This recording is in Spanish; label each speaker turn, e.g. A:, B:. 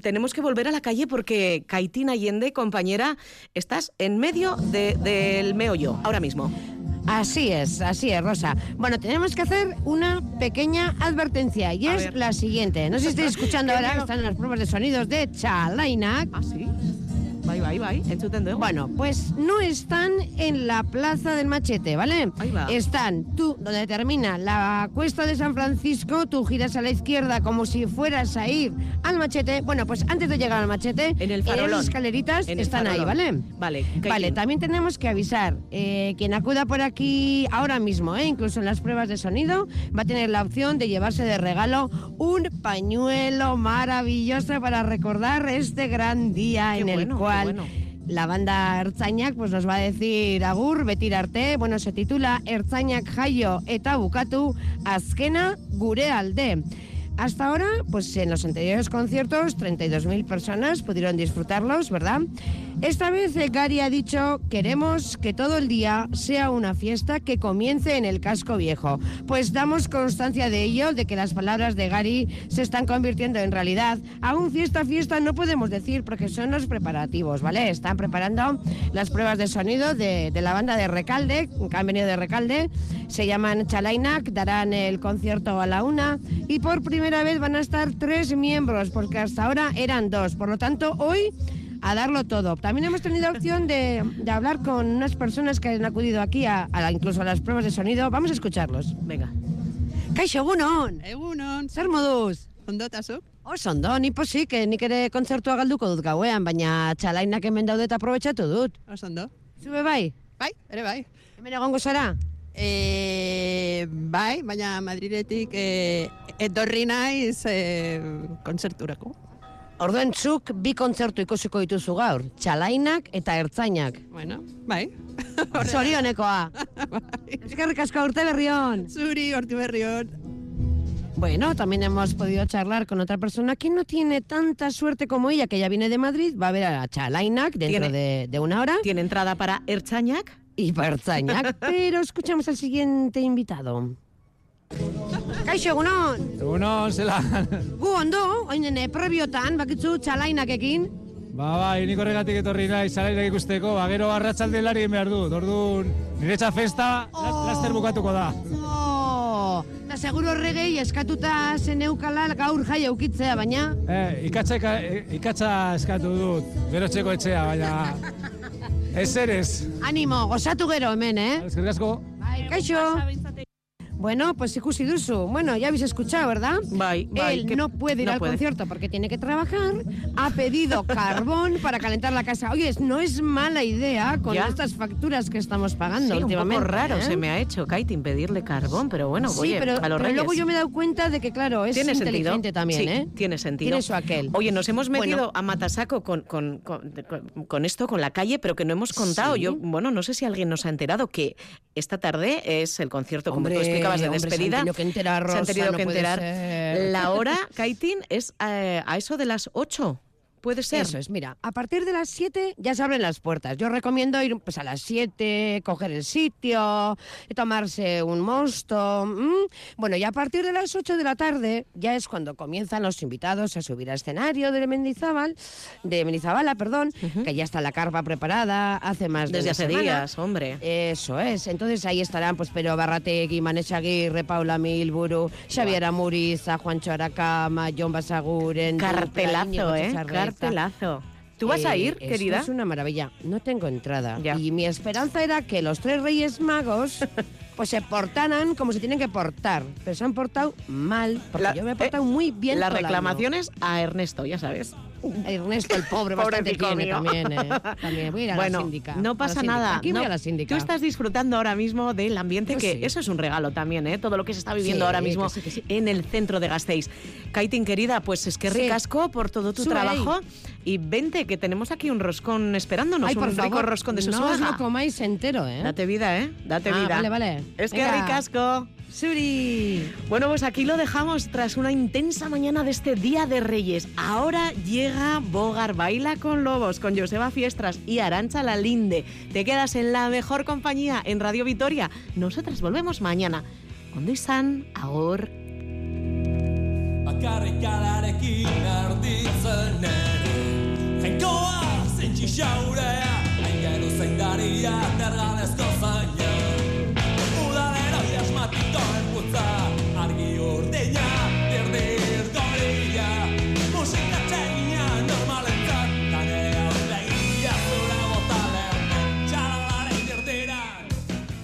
A: tenemos que volver a la calle porque Caitín Allende, compañera, estás en medio de- del meollo ahora mismo.
B: Así es, así es, Rosa. Bueno, tenemos que hacer una pequeña advertencia y
A: A
B: es
A: ver.
B: la siguiente. No sé si estáis escuchando
A: Qué
B: ahora,
A: miedo.
B: están las pruebas de sonidos de Chalainak.
A: Ah, sí. Bai, bai, bai, entzuten dugu.
B: Bueno, pues no están en la Plaza del Machete, ¿vale?
A: Ahí va.
B: Están tú, donde termina la cuesta de San Francisco, tú giras a la izquierda como si fueras a ir al machete. Bueno, pues antes de llegar al machete,
A: En el
B: en
A: farolón.
B: las escaleritas
A: En el
B: están ahí,
A: farolón.
B: ¿vale?
A: Vale,
B: Vale,
A: Caitín.
B: también tenemos que avisar. eh, quien acuda por aquí ahora mismo, eh, incluso en las pruebas de sonido, va a tener la opción de llevarse de regalo un pañuelo maravilloso para recordar este gran día
A: Qué
B: en
A: bueno,
B: el
A: qué
B: cual
A: bueno.
B: la banda Ertzainak pues nos va a decir agur, betir arte. Bueno, se titula Ertzainak jaio eta bukatu azkena gure alde. Hasta ahora, pues en los anteriores conciertos, 32.000 personas pudieron disfrutarlos, ¿verdad? Esta vez eh, Gary ha dicho, queremos que todo el día sea una fiesta que comience en el casco viejo. Pues damos constancia de ello, de que las palabras de Gary se están convirtiendo en realidad. Aún fiesta, fiesta no podemos decir porque son los preparativos, ¿vale? Están preparando las pruebas de sonido de, de la banda de Recalde, que han venido de Recalde. Se llaman Chalainak, darán el concierto a la una y por primera vez van a estar tres miembros porque hasta ahora eran dos. Por lo tanto, hoy a darlo todo. También hemos tenido opción de, de hablar con unas personas que han acudido aquí, a, a- incluso a las pruebas de sonido. Vamos a escucharlos.
A: Venga.
B: Kaixo, egunon!
C: Egunon,
B: Zer moduz?
C: ondo eta zuk?
B: Oso ondo, Oh, ni posik, eh, nik ere kontzertua galduko dut gauean, baina txalainak hemen daude eta aprobetxatu dut.
C: Oso ondo.
B: Zube bai,
C: Bai, ere bai.
B: hemen egongo zara?
C: E, bai, baina Madriletik e, etorri naiz e, kontzerturako.
B: Orduen zuk bi kontzertu ikusiko dituzu gaur, txalainak eta ertzainak.
C: Bueno, bai.
B: Sorionekoa. Eskerrik asko urte berrion.
C: Zuri, hortu berri hor.
B: Bueno, también hemos podido charlar con otra persona que no tiene tanta suerte como ella, que ya viene de Madrid, va a ver a Chalainak dentro
A: Tiene-
B: de, de una hora
A: Tiene entrada para Ertzainak.
B: y para Ertzainak. Pero escuchamos al siguiente invitado. Kaixo, egunon!
D: Egunon, zelan.
B: Gu ondo, oinen eh, prebiotan, bakitzu txalainakekin.
D: Ba, bai, nik horregatik etorri nahi salairak ikusteko, ba, gero arratsalde lari egin behar dut. Orduan, niretza festa las- laster bukatuko da.
B: Oh, eta seguro regei eskatuta zeneukala gaur jai aukitzea, baina...
D: Eh, ikatza, ika- eh, ikatza eskatu dut, gero txeko etxea, baina... Ez zer ez.
B: Animo, gozatu gero hemen, eh?
D: Eskerrik asko.
B: Bai, Kaixo! Bueno, pues ikusi duzu. Bueno, ya habéis escuchado, ¿verdad?
A: Bai, bai.
B: Él
A: que-
B: no puede ir
A: no
B: al
A: puede.
B: concierto porque tiene que trabajar. Ha pedido carbón para calentar la casa. Oye, no es mala idea con
A: Ya.
B: estas facturas que estamos pagando
A: Sí, un
B: últimamente.
A: poco raro
B: ¿eh?
A: se me ha hecho, Caitín, pedirle carbón, pero bueno,
B: sí,
A: oye,
B: pero,
A: a los
B: pero
A: reyes.
B: luego yo me he dado cuenta de que, claro, es
A: tiene
B: inteligente
A: sentido.
B: también,
A: Sí,
B: ¿eh?
A: Tiene sentido.
B: Tiene su aquel.
A: Oye, nos hemos
B: Bueno.
A: metido a matasaco con, con, con, con- con esto, con la calle, pero que no hemos contado.
B: Sí.
A: Yo, bueno, no sé si alguien nos ha enterado que esta tarde es el concierto, como
B: Hombre,
A: tú explicabas, de
B: hombre, se han
A: despedida.
B: tenido que enterar,
A: Se han
B: Rosa,
A: tenido
B: no
A: que
B: puede
A: enterar.
B: ser.
A: La hora, Caitín, es eh, a eso de las 8. Puede ser.
B: Eso es, mira, a partir de las 7 ya se abren las puertas. Yo recomiendo ir pues a las 7, coger el sitio, tomarse un mosto. ¿m? Bueno, y a partir de las 8 de la tarde ya es cuando comienzan los invitados a subir al escenario de Mendizábal, de Mendizabala, perdón, que ya está la carpa preparada hace más de
A: Desde
B: una
A: hace
B: semana.
A: días, hombre.
B: Eso es. Entonces ahí estarán pues Pero Barrategui, Manex Aguirre, Paula Milburu, Xavier Amuriza, Juancho Aracama, John Basaguren.
A: Cartelazo, ¿eh? Cartelazo. ¿Tú vas a
B: Eh,
A: ir,
B: esto
A: querida?
B: Es una maravilla. No tengo entrada.
A: Ya.
B: Y mi esperanza era que los tres reyes magos pues se portaran como se tienen que portar. Pero se han portado mal, porque
A: La- eh,
B: yo me he portado muy bien.
A: Las
B: todo el año.
A: reclamaciones a Ernesto, ya sabes.
B: Ernesto, el pobre, bastante
A: Pobrecico
B: tiene
A: mío.
B: también, ¿eh? También voy a ir a la
A: bueno,
B: síndica. a
A: no
B: la
A: pasa
B: síndica.
A: nada.
B: Aquí
A: no,
B: voy a la síndica.
A: Tú estás disfrutando ahora mismo del ambiente,
B: Yo
A: que
B: sí.
A: eso es un regalo también, ¿eh? Todo lo que se está viviendo
B: Sí,
A: ahora
B: que
A: mismo
B: sí, que sí.
A: en el centro de Gasteiz. Kaitin, querida, pues es que
B: Sí.
A: ricasco por todo tu
B: Sube ahí.
A: trabajo. Y vente, que tenemos aquí un roscón esperándonos,
B: Ay, por
A: un rico
B: favor,
A: roscón de
B: No os
A: Sosoaga.
B: lo comáis entero, ¿eh?
A: Date vida, ¿eh? Date
B: Ah,
A: vida.
B: vale, vale.
A: Es que
B: Venga.
A: ricasco.
B: Suri.
A: Bueno, pues aquí lo dejamos tras una intensa mañana de este Día de Reyes. Ahora llega Bogar Baila con Lobos, con Joseba Fiestras y Arancha Lalinde. Te quedas en la mejor compañía en Radio Vitoria. Nosotras volvemos mañana. Ondo izan, agur.
E: A karrikalarekin arditzen ere Jainkoa zintxixaurea, hain gero zaindaria, terganezko zain